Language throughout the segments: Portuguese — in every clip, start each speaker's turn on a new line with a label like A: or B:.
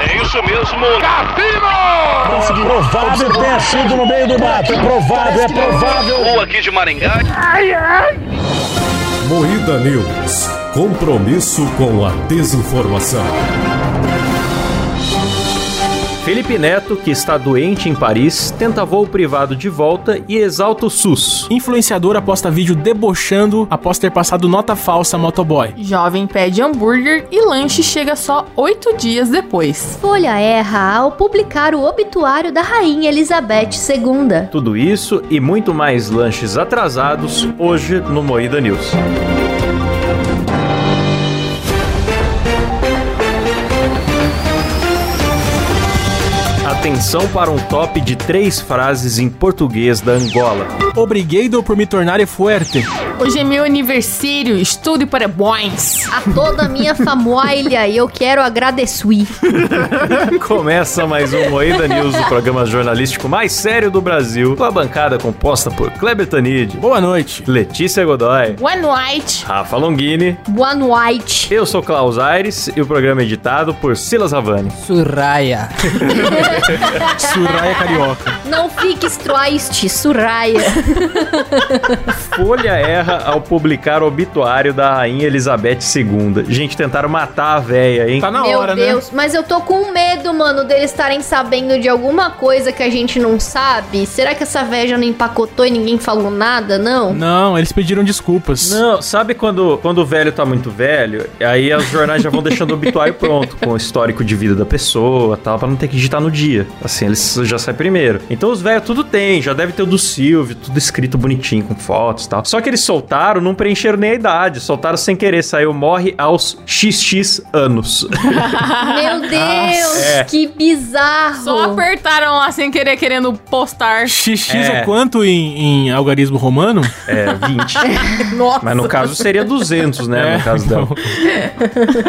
A: É isso mesmo, Cassino!
B: Conseguiu. Provável ter sido no meio do mato. É provável, é provável.
A: Ou aqui de Maringá.
C: Moída News. Compromisso com a desinformação.
D: Felipe Neto, que está doente em Paris, tenta voo privado de volta e exalta o SUS.
E: Influenciador aposta vídeo debochando após ter passado nota falsa a motoboy.
F: Jovem pede hambúrguer e lanche chega só oito dias depois.
G: Folha erra ao publicar o obituário da Rainha Elizabeth II.
D: Tudo isso e muito mais lanches atrasados hoje no Moída News. Atenção para um top de três frases em português da Angola.
E: Obrigado por me tornar fuerte.
F: Hoje é meu aniversário, estude para bons.
G: A toda a minha família eu quero agradecer.
D: Começa mais um Moída News, o programa jornalístico mais sério do Brasil, com a bancada composta por Kleber Tanid,
E: Boa noite.
D: Letícia Godoy,
F: Boa noite.
D: Rafa Longini,
G: Boa noite.
D: eu sou Klaus Aires e o programa é editado por Silas Havani.
H: Surraia.
D: é
E: Suraya Carioca.
G: Não fique triste, Suraya.
D: Folha erra ao publicar obituário da rainha Elizabeth II. Gente, tentaram matar a véia, hein?
E: Tá na
G: Meu
E: hora, né?
G: Deus, mas eu tô com medo, mano, deles estarem sabendo de alguma coisa que a gente não sabe. Será que essa véia já não empacotou e ninguém falou nada, não?
E: Não, eles pediram desculpas.
D: Não, sabe quando, quando o velho tá muito velho, aí os jornais já vão deixando o obituário pronto, com o histórico de vida da pessoa tal, pra não ter que digitar no dia. Assim, eles já saem primeiro. Então os velhos tudo tem, já deve ter o do Silvio, tudo escrito bonitinho, com fotos e tal. Só que eles soltaram, não preencheram nem a idade, soltaram sem querer, saiu morre aos XX anos.
E: Ah,
G: Meu Deus,
D: é.
G: que bizarro.
F: Só apertaram lá sem querer, querendo postar.
E: XX
D: É.
E: é quanto em, em algarismo romano?
D: É, 20.
F: Nossa.
D: Mas no caso seria 200, né?
E: É,
D: no caso dela.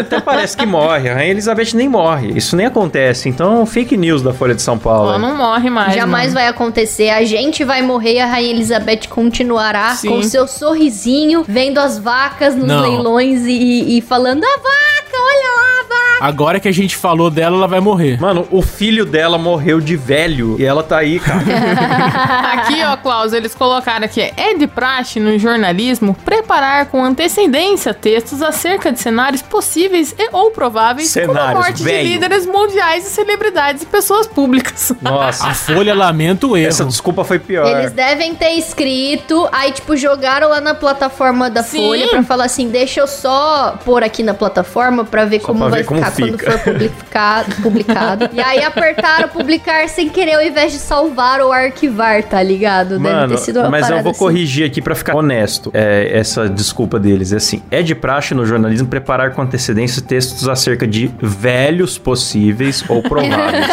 D: Até parece que morre. A Rainha Elizabeth nem morre. Isso nem acontece. Então, fake news da Folha de São Paulo. né?
F: Ela não morre mais.
G: Jamais vai acontecer. A gente vai morrer e a Rainha Elizabeth continuará
F: Sim.
G: com seu sorrisinho, vendo as vacas nos
E: Não.
G: leilões e, e falando: a vaca, olha lá, a vaca.
E: Agora que a gente falou dela, ela vai morrer.
D: Mano, o filho dela morreu de velho e ela tá aí, cara.
F: Aqui, ó, Klaus, eles colocaram aqui. É de praxe no jornalismo preparar com antecedência textos acerca de cenários possíveis e ou prováveis como a
D: Cenários,
F: morte
D: velho.
F: de líderes mundiais e celebridades e pessoas públicas.
E: A
D: Nossa,
E: Folha lamenta o erro.
D: essa desculpa foi pior.
G: Eles devem ter escrito, aí, tipo, jogaram lá na plataforma da
F: Sim.
G: Folha pra falar assim: deixa eu só pôr aqui na plataforma pra ver como
D: pra
G: vai
D: ver como
G: ficar quando
D: fica."
G: for publicado. publicado. e aí apertaram publicar sem querer, ao invés de salvar ou arquivar, tá ligado?
D: Mano,
G: Deve ter sido uma
D: mas eu
G: parada
D: vou
G: assim.
D: corrigir aqui pra ficar honesto. É, essa desculpa deles é assim: é de praxe no jornalismo preparar com antecedência textos acerca de velhos possíveis ou prováveis.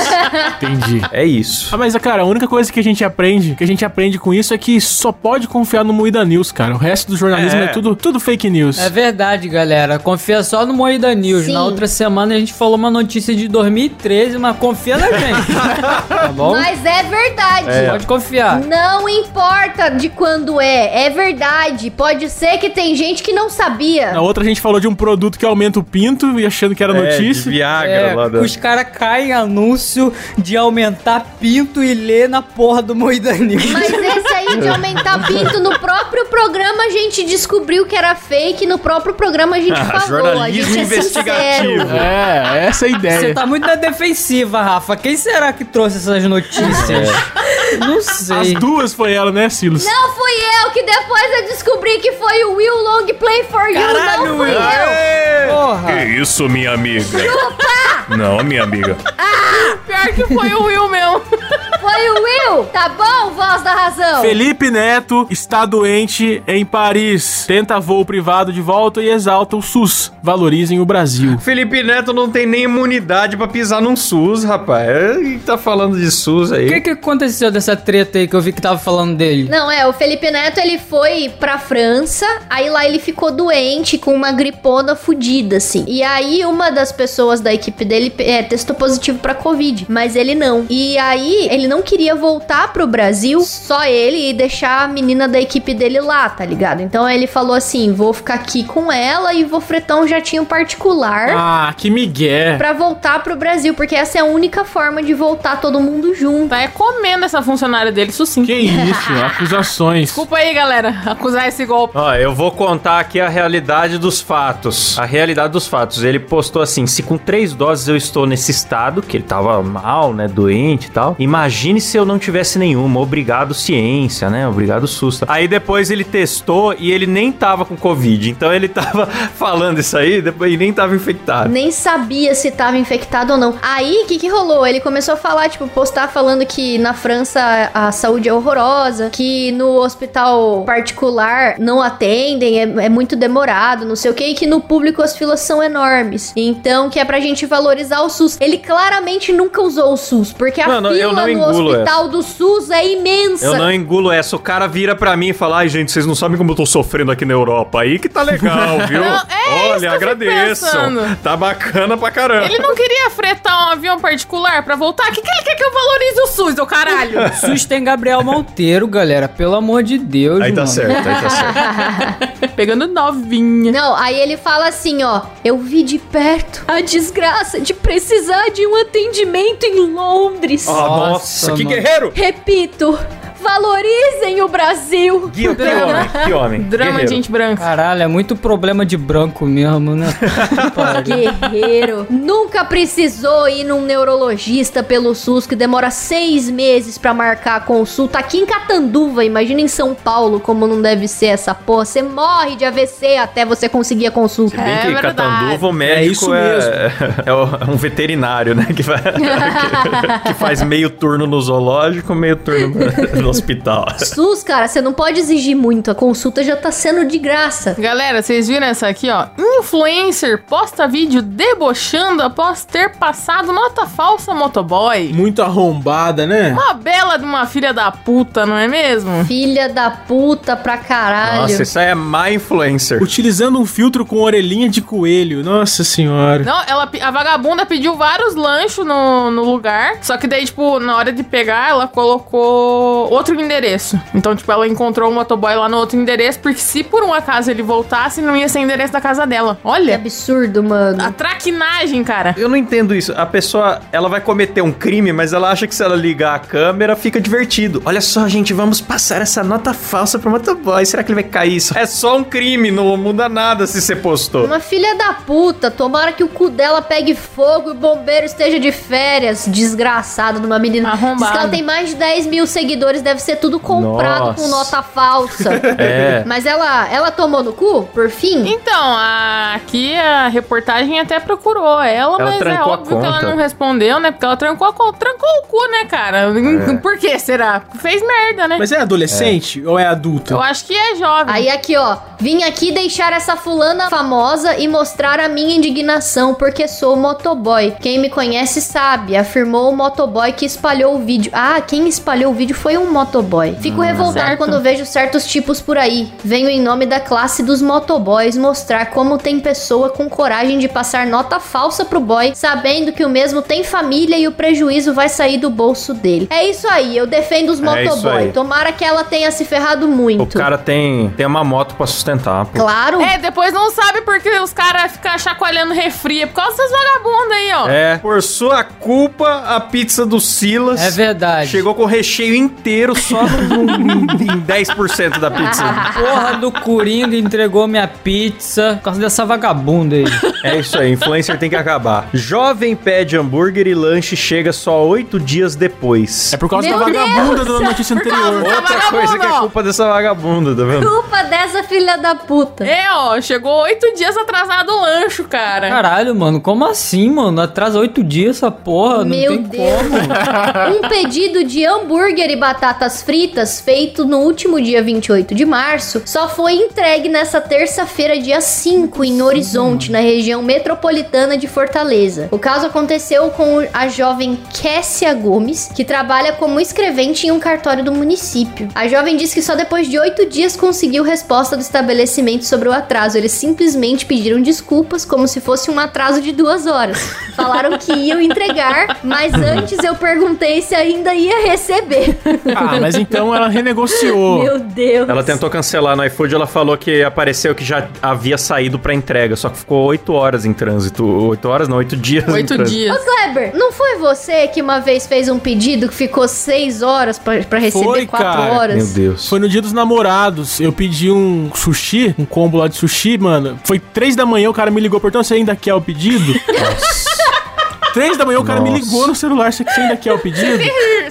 E: Entendi.
D: é isso.
E: Ah, mas, cara, a única coisa que a gente aprende, que a gente aprende com isso é que só pode confiar no Moída News, cara. O resto do jornalismo
D: É.
E: é, tudo, tudo fake news.
H: É verdade, galera. Confia só no Moída News.
G: Sim.
H: Na outra semana a gente falou uma notícia de 2013, mas confia na gente. tá bom?
G: Mas é verdade.
H: Pode
D: Ah.
H: confiar.
G: Não importa de quando é, é verdade. Pode ser que tem gente que não sabia.
E: Na outra a gente falou de um produto que aumenta o pinto e achando que era
D: É, de
E: notícia.
D: Viagra
H: É,
D: lá da...
H: os caras caem em anúncio de aumentar pinto e ler na porra do Moída News.
G: Mas esse aí de aumentar pinto no próprio programa a gente descobriu que era fake. No próprio programa a gente
D: Ah,
G: falou.
D: jornalismo
G: a gente é
D: investigativo.
G: sincero.
E: É, essa é a
H: Você
E: ideia.
H: tá muito na defensiva, Rafa. Quem será que trouxe essas notícias?
G: É.
H: Não
E: As
H: sei.
E: duas foi ela, né, Silas?
G: Não fui eu que depois eu descobri que foi o Will Long Play for You. não fui eu.
H: Porra.
C: Isso, minha amiga. Não, minha amiga.
F: Pior que foi o Will mesmo.
G: Foi o Will. Tá bom, voz da razão?
E: Felipe Neto está doente em Paris. Tenta voo privado de volta e exalta o SUS. Valorizem o Brasil.
D: Felipe Neto não tem nem imunidade pra pisar num SUS, rapaz. É, E tá falando de SUS aí.
H: O que, que aconteceu dessa treta aí que eu vi que tava falando dele?
G: Não, é, o Felipe Neto ele foi pra França, aí lá ele ficou doente com uma gripona fudida, assim. E aí uma das pessoas da equipe dele é, testou positivo pra Covid, mas ele não. E aí ele não queria voltar pro Brasil, só ele, e deixar a menina da equipe dele lá, tá ligado? Então ele falou assim: vou ficar aqui com ela e vou fretar um jatinho particular.
E: Ah, que migué.
G: Pra voltar pro Brasil, porque essa é a única forma de voltar todo mundo junto.
F: Tá é comendo essa funcionária dele, isso sim.
E: Que isso, acusações.
F: Desculpa aí, galera, acusar esse golpe.
D: Ó, eu vou contar aqui a realidade dos fatos. A realidade dos fatos. Ele postou assim: se com três doses eu estou nesse estado, que ele tava mal, né? Doente e tal. Imagine se eu não tivesse nenhuma. Obrigado, ciência, né? Obrigado, susto. Aí depois ele testou e ele nem tava com Covid. Então ele tava falando isso aí depois, e nem tava infectado.
G: Nem sabia se tava infectado ou não. Aí, o que que rolou? Ele começou a falar, tipo, postar falando que na França a saúde é horrorosa, que no hospital particular não atendem, é, é muito demorado, não sei o que, e que no público as filas são enormes. Então, que é pra gente valorizar o SUS. Ele claramente nunca usou o SUS, porque a
D: Mano, eu
G: fila
D: não
G: no
D: engulo
G: hospital do SUS é imensa.
D: Eu não engulo essa. O cara vira pra mim e fala: Ai, gente, vocês não sabem como eu tô sofrendo aqui na Europa. Aí que tá legal, viu?
F: Não, é isso que eu
D: Olha,
F: fico pensando.
D: agradeçam. Tá bacana pra caramba.
F: Ele não queria fretar um avião particular pra voltar? O que, que ele quer que eu valorize o SUS, ô caralho?
H: SUS tem Gabriel Monteiro, galera. Pelo amor de Deus,
C: Aí tá
H: mano.
C: certo, aí tá certo.
F: Pegando novinha.
G: Não, aí ele fala assim, ó. Eu vi de perto a desgraça de precisar de um atendimento em Londres.
D: Ó, nossa,
H: Nossa,
D: que é?
H: mano.
D: guerreiro!
G: Repito, valorizem o Brasil.
D: Guio, que homem, que homem.
F: Drama
D: guerreiro.
F: de gente branca.
H: Caralho, é muito problema de branco mesmo, né?
G: Guerreiro. Nunca precisou ir num neurologista pelo SUS que demora seis meses pra marcar a consulta aqui em Catanduva. Imagina em São Paulo como não deve ser essa porra. Você morre de AVC até você conseguir a consulta.
D: Bem
F: É
D: que
F: verdade.
D: Catanduva, o médico
E: É isso
D: é o- é um veterinário, né? Que, vai- que- que faz meio turno no zoológico, meio turno no hospital.
G: É. SUS, cara, você não pode exigir muito. A consulta já tá sendo de graça.
F: Galera, vocês viram essa aqui, ó? Influencer posta vídeo debochando após ter passado nota falsa a motoboy.
E: Muito arrombada, né?
F: Uma bela de uma filha da puta, não é mesmo?
G: Filha da puta pra caralho.
D: Nossa, isso aí é má influencer.
E: Utilizando um filtro com orelhinha de coelho. Nossa senhora.
F: Não, ela, pe- a vagabunda pediu vários lanchos no, no lugar. Só que daí, tipo, na hora de pegar, ela colocou outro endereço. Então, tipo, ela encontrou o motoboy lá no outro endereço, porque se por um acaso ele voltasse, não ia ser endereço da casa dela.
G: Que
F: Olha,
G: absurdo, mano.
F: a traquinagem, cara.
D: Eu não entendo isso. A pessoa, ela vai cometer um crime, mas ela acha que se ela ligar a câmera, fica divertido. Olha só, gente, vamos passar essa nota falsa pro motoboy. Será que ele vai cair isso? É só um crime, não muda nada se você postou.
G: Uma filha da puta, tomara que o cu dela pegue fogo e o bombeiro esteja de férias. Desgraçado de uma menina.
F: Arrombado.
G: Diz que ela tem mais de 10 mil seguidores, deve ser tudo comprado
D: Nossa.
G: com nota falsa.
D: É.
G: Mas ela, ela tomou no cu, por fim?
F: Então, a- aqui a reportagem até procurou ela,
D: Ela
F: mas é
D: trancou a
F: óbvio que ela
D: conta.
F: não respondeu, né? Porque ela trancou, a conta, trancou o cu, né, cara?
D: É.
F: Por que será? Fez merda, né?
E: Mas é adolescente ou é adulta?
F: Eu acho que é jovem.
G: Aí aqui, ó. Vim aqui deixar essa fulana famosa e mostrar a minha indignação porque sou motoboy. Quem me conhece sabe, afirmou o motoboy que espalhou o vídeo. Ah, quem espalhou o vídeo foi um motoboy. Fico
D: Hum,
G: revoltado
F: certo.
G: quando vejo certos tipos por aí. Venho em nome da classe dos motoboys mostrar como tem pessoa com coragem de passar nota falsa pro boy, sabendo que o mesmo tem família e o prejuízo vai sair do bolso dele. É isso aí, eu defendo os
D: É isso
G: motoboy.
D: aí.
G: Tomara que ela tenha se ferrado muito.
D: O cara tem, tem uma moto pra sustentar. pô.
G: Claro.
F: É, depois não sabe porque os caras ficam chacoalhando refri. É por causa dessas vagabundas aí, ó.
D: É. Por sua culpa, a pizza do Silas.
H: É verdade.
D: Chegou com o recheio inteiro só no, em 10% da pizza.
H: Porra do Coringa entregou minha pizza por causa dessa vagabunda aí.
D: É isso aí, influencer tem que acabar. Jovem pede hambúrguer e lanche chega só oito dias depois.
E: É por causa
G: Meu
E: da vagabunda
G: Deus!
E: da notícia
F: Por causa
E: anterior.
F: da-
D: Outra coisa que é
F: vagabunda!
D: culpa dessa vagabunda, tá vendo?
G: Culpa dessa filha da puta.
F: É, ó, chegou oito dias atrasado o lancho, cara.
H: Caralho, mano, como assim, mano? Atrasa oito dias essa porra,
G: Meu
H: não tem
G: Deus. Um pedido de hambúrguer e batatas fritas feito no último dia 28 de março só foi entregue nessa terça-feira, dia 5, em Horizonte, na região região metropolitana de Fortaleza. O caso aconteceu com a jovem Kessia Gomes, que trabalha como escrevente em um cartório do município. A jovem disse que só depois de oito dias conseguiu resposta do estabelecimento sobre o atraso. Eles simplesmente pediram desculpas, como se fosse um atraso de duas horas. Falaram que iam entregar, mas antes eu perguntei se ainda ia receber.
E: Ah, mas então ela renegociou.
G: Meu Deus.
D: Ela tentou cancelar no iFood, ela falou que apareceu que já havia saído pra entrega, só que ficou 8 horas em trânsito. 8 horas não, 8 dias em
F: Oito
D: trânsito.
G: Ô,
F: dias.
G: Kleber, não foi você que uma vez fez um pedido que ficou seis horas pra, pra receber
E: Foi,
G: quatro
E: cara.
D: Meu
G: horas?
D: Deus.
E: Foi no dia dos namorados. Eu pedi um sushi, um combo lá de sushi, mano. Foi três da manhã, o cara me ligou por você ainda quer o pedido? Três da manhã o cara me
D: Nossa.
E: ligou no celular, você você ainda quer o pedido?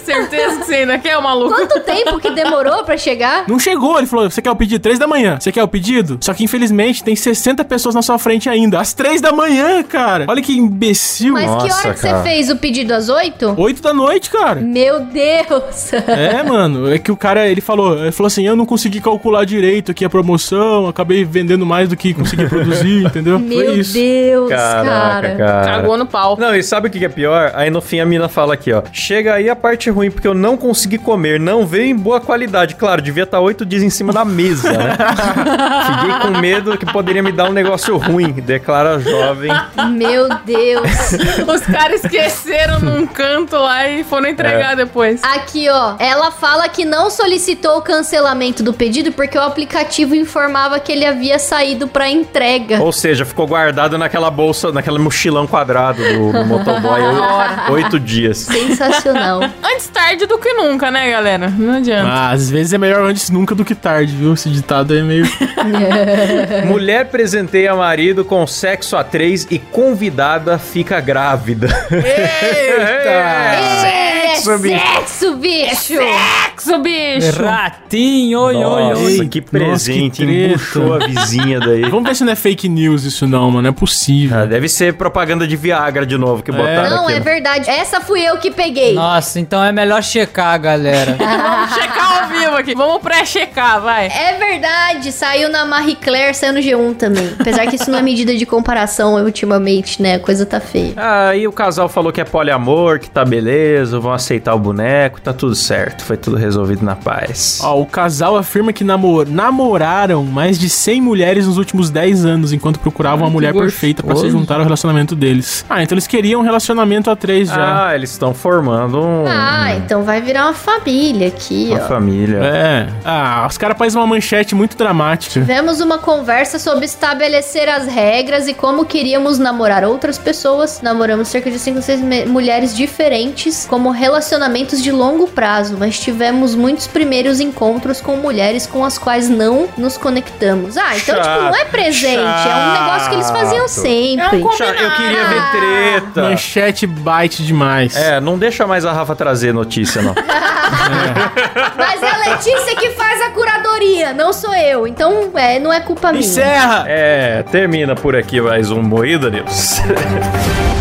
F: Certeza que você ainda quer, maluco?
G: Quanto tempo que demorou pra chegar?
E: Não chegou, ele falou, você quer o pedido? Três da manhã, você quer o pedido? Só que infelizmente tem 60 pessoas na sua frente ainda, às três da manhã, cara. Olha que imbecil.
G: Mas que
D: Nossa,
G: hora que você
D: cara.
G: fez o pedido? Às oito?
E: Oito da noite, cara.
G: Meu Deus!
E: É, mano, é que o cara, ele falou, ele falou assim, eu não consegui calcular direito aqui a promoção, acabei vendendo mais do que consegui produzir, entendeu?
G: Meu
E: Foi isso.
G: Deus,
D: Caraca,
G: cara.
D: cara.
F: Cagou no pau.
D: Não, e sabe o que que é pior? Aí no fim a mina fala aqui, ó. Chega aí a parte ruim, porque eu não consegui comer, não veio em boa qualidade. Claro, devia estar oito dias em cima da mesa, né? Fiquei com medo que poderia me dar um negócio ruim, declara a jovem.
G: Meu Deus.
F: Os caras esqueceram num canto lá e foram entregar depois.
G: Aqui, ó. Ela fala que não solicitou o cancelamento do pedido porque o aplicativo informava que ele havia saído pra entrega.
D: Ou seja, ficou guardado naquela bolsa, naquela mochilão quadrado do, do motoboy oito- oito dias.
G: Sensacional.
F: Antes tarde do que nunca, né, galera? Não adianta.
E: Ah, às vezes é melhor antes nunca do que tarde, viu? Esse ditado é meio.
D: Mulher presenteia marido com sexo a três e convidada fica grávida. Eita!
G: É sexo,
D: bicho.
G: bicho!
F: Sexo, bicho!
H: Ratinho, oi, oi, oi.
E: oi.
D: Nossa, que
E: Nossa, que
D: presente.
E: treta.
D: Embuchou a vizinha daí.
E: Vamos ver se não é fake news isso não, mano. É possível.
D: Ah, deve ser propaganda de Viagra de novo que botaram
G: Não,
D: aqui. né?
G: é verdade. Essa fui eu que peguei.
H: Nossa, então é melhor checar, galera.
F: Vamos checar ao vivo aqui. Vamos pré-checar, vai.
G: É verdade, saiu na Marie Claire, saiu no G1 também. Apesar que isso não é medida de comparação ultimamente, né? A coisa tá feia.
D: Aí Ah, o casal falou que é poliamor, que tá beleza, vão aceitar o boneco, tá tudo certo. Foi tudo resolvido na paz.
E: Ó, o casal afirma que namo- namoraram mais de 100 mulheres nos últimos 10 anos, enquanto procuravam uma mulher perfeita pra se juntar ao relacionamento deles. Ah, então eles queriam um relacionamento a três já.
D: ah, eles estão formando um-
G: Ah, então vai virar uma família aqui,
D: uma
G: ó.
D: família.
E: É. Ah, os caras fazem uma manchete muito dramática.
G: Tivemos uma conversa sobre estabelecer as regras e como queríamos namorar outras pessoas. Namoramos cerca de 5 ou 6 mulheres diferentes, como relacionamentos de longo prazo, mas tivemos muitos primeiros encontros com mulheres com as quais não nos conectamos. Ah, então,
D: Chato,
G: tipo, não é presente, é um negócio que eles faziam
D: chato.
G: sempre.
F: É um
D: Xa,
F: combinado.
D: Eu queria ver treta.
E: Manchete bite demais.
D: Tá. É, não deixa mais a Rafa trazer notícia, não.
G: Tá Mas é a Letícia que faz a curadoria, não sou eu. Então, é, não é culpa minha.
E: Encerra!
D: é, termina por aqui mais um Moída News.